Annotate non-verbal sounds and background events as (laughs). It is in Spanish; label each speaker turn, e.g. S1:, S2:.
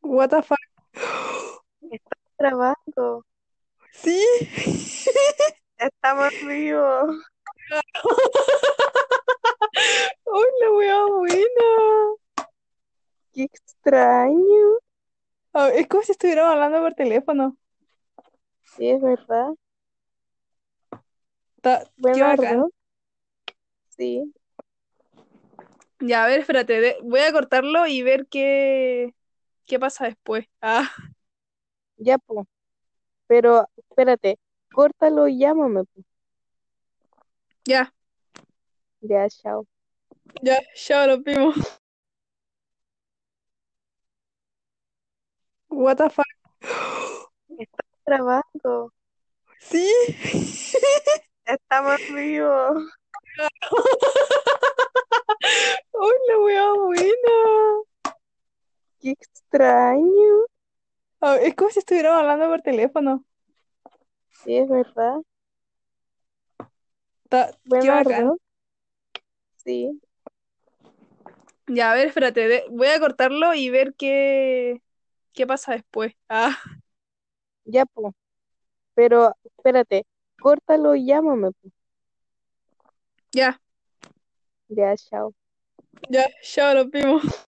S1: What the fuck.
S2: Estás grabando.
S1: Sí. (laughs)
S2: Estamos vivos.
S1: ¡Uy, la wea buena!
S2: Qué extraño.
S1: Ah, Es como si estuviéramos hablando por teléfono.
S2: Sí, es verdad.
S1: Ta-
S2: Buen
S1: qué bacán.
S2: ardo. Sí.
S1: Ya, a ver, espérate. de- voy a cortarlo y ver qué, qué pasa después. Ah,
S2: Ya, po. Pero, espérate. Córtalo y llámame, po.
S1: ya,
S2: Ya, chao.
S1: ya, ya lo vimos. What the fuck.
S2: grabando.
S1: Sí. (laughs)
S2: Estamos vivos.
S1: ¡Uy, la wea buena!
S2: Qué extraño.
S1: Ah, Es como si estuviéramos hablando por teléfono.
S2: Sí, es verdad.
S1: Ta-
S2: Buen
S1: qué bacán.
S2: ardo. Sí.
S1: Ya, a ver, espérate. de- voy a cortarlo y ver qué, qué pasa después. Ah, (laughs)
S2: Ya, po. Pero, espérate. Córtalo y llámame, po.
S1: ya,
S2: Ya, chao.
S1: ya, ya lo vimos.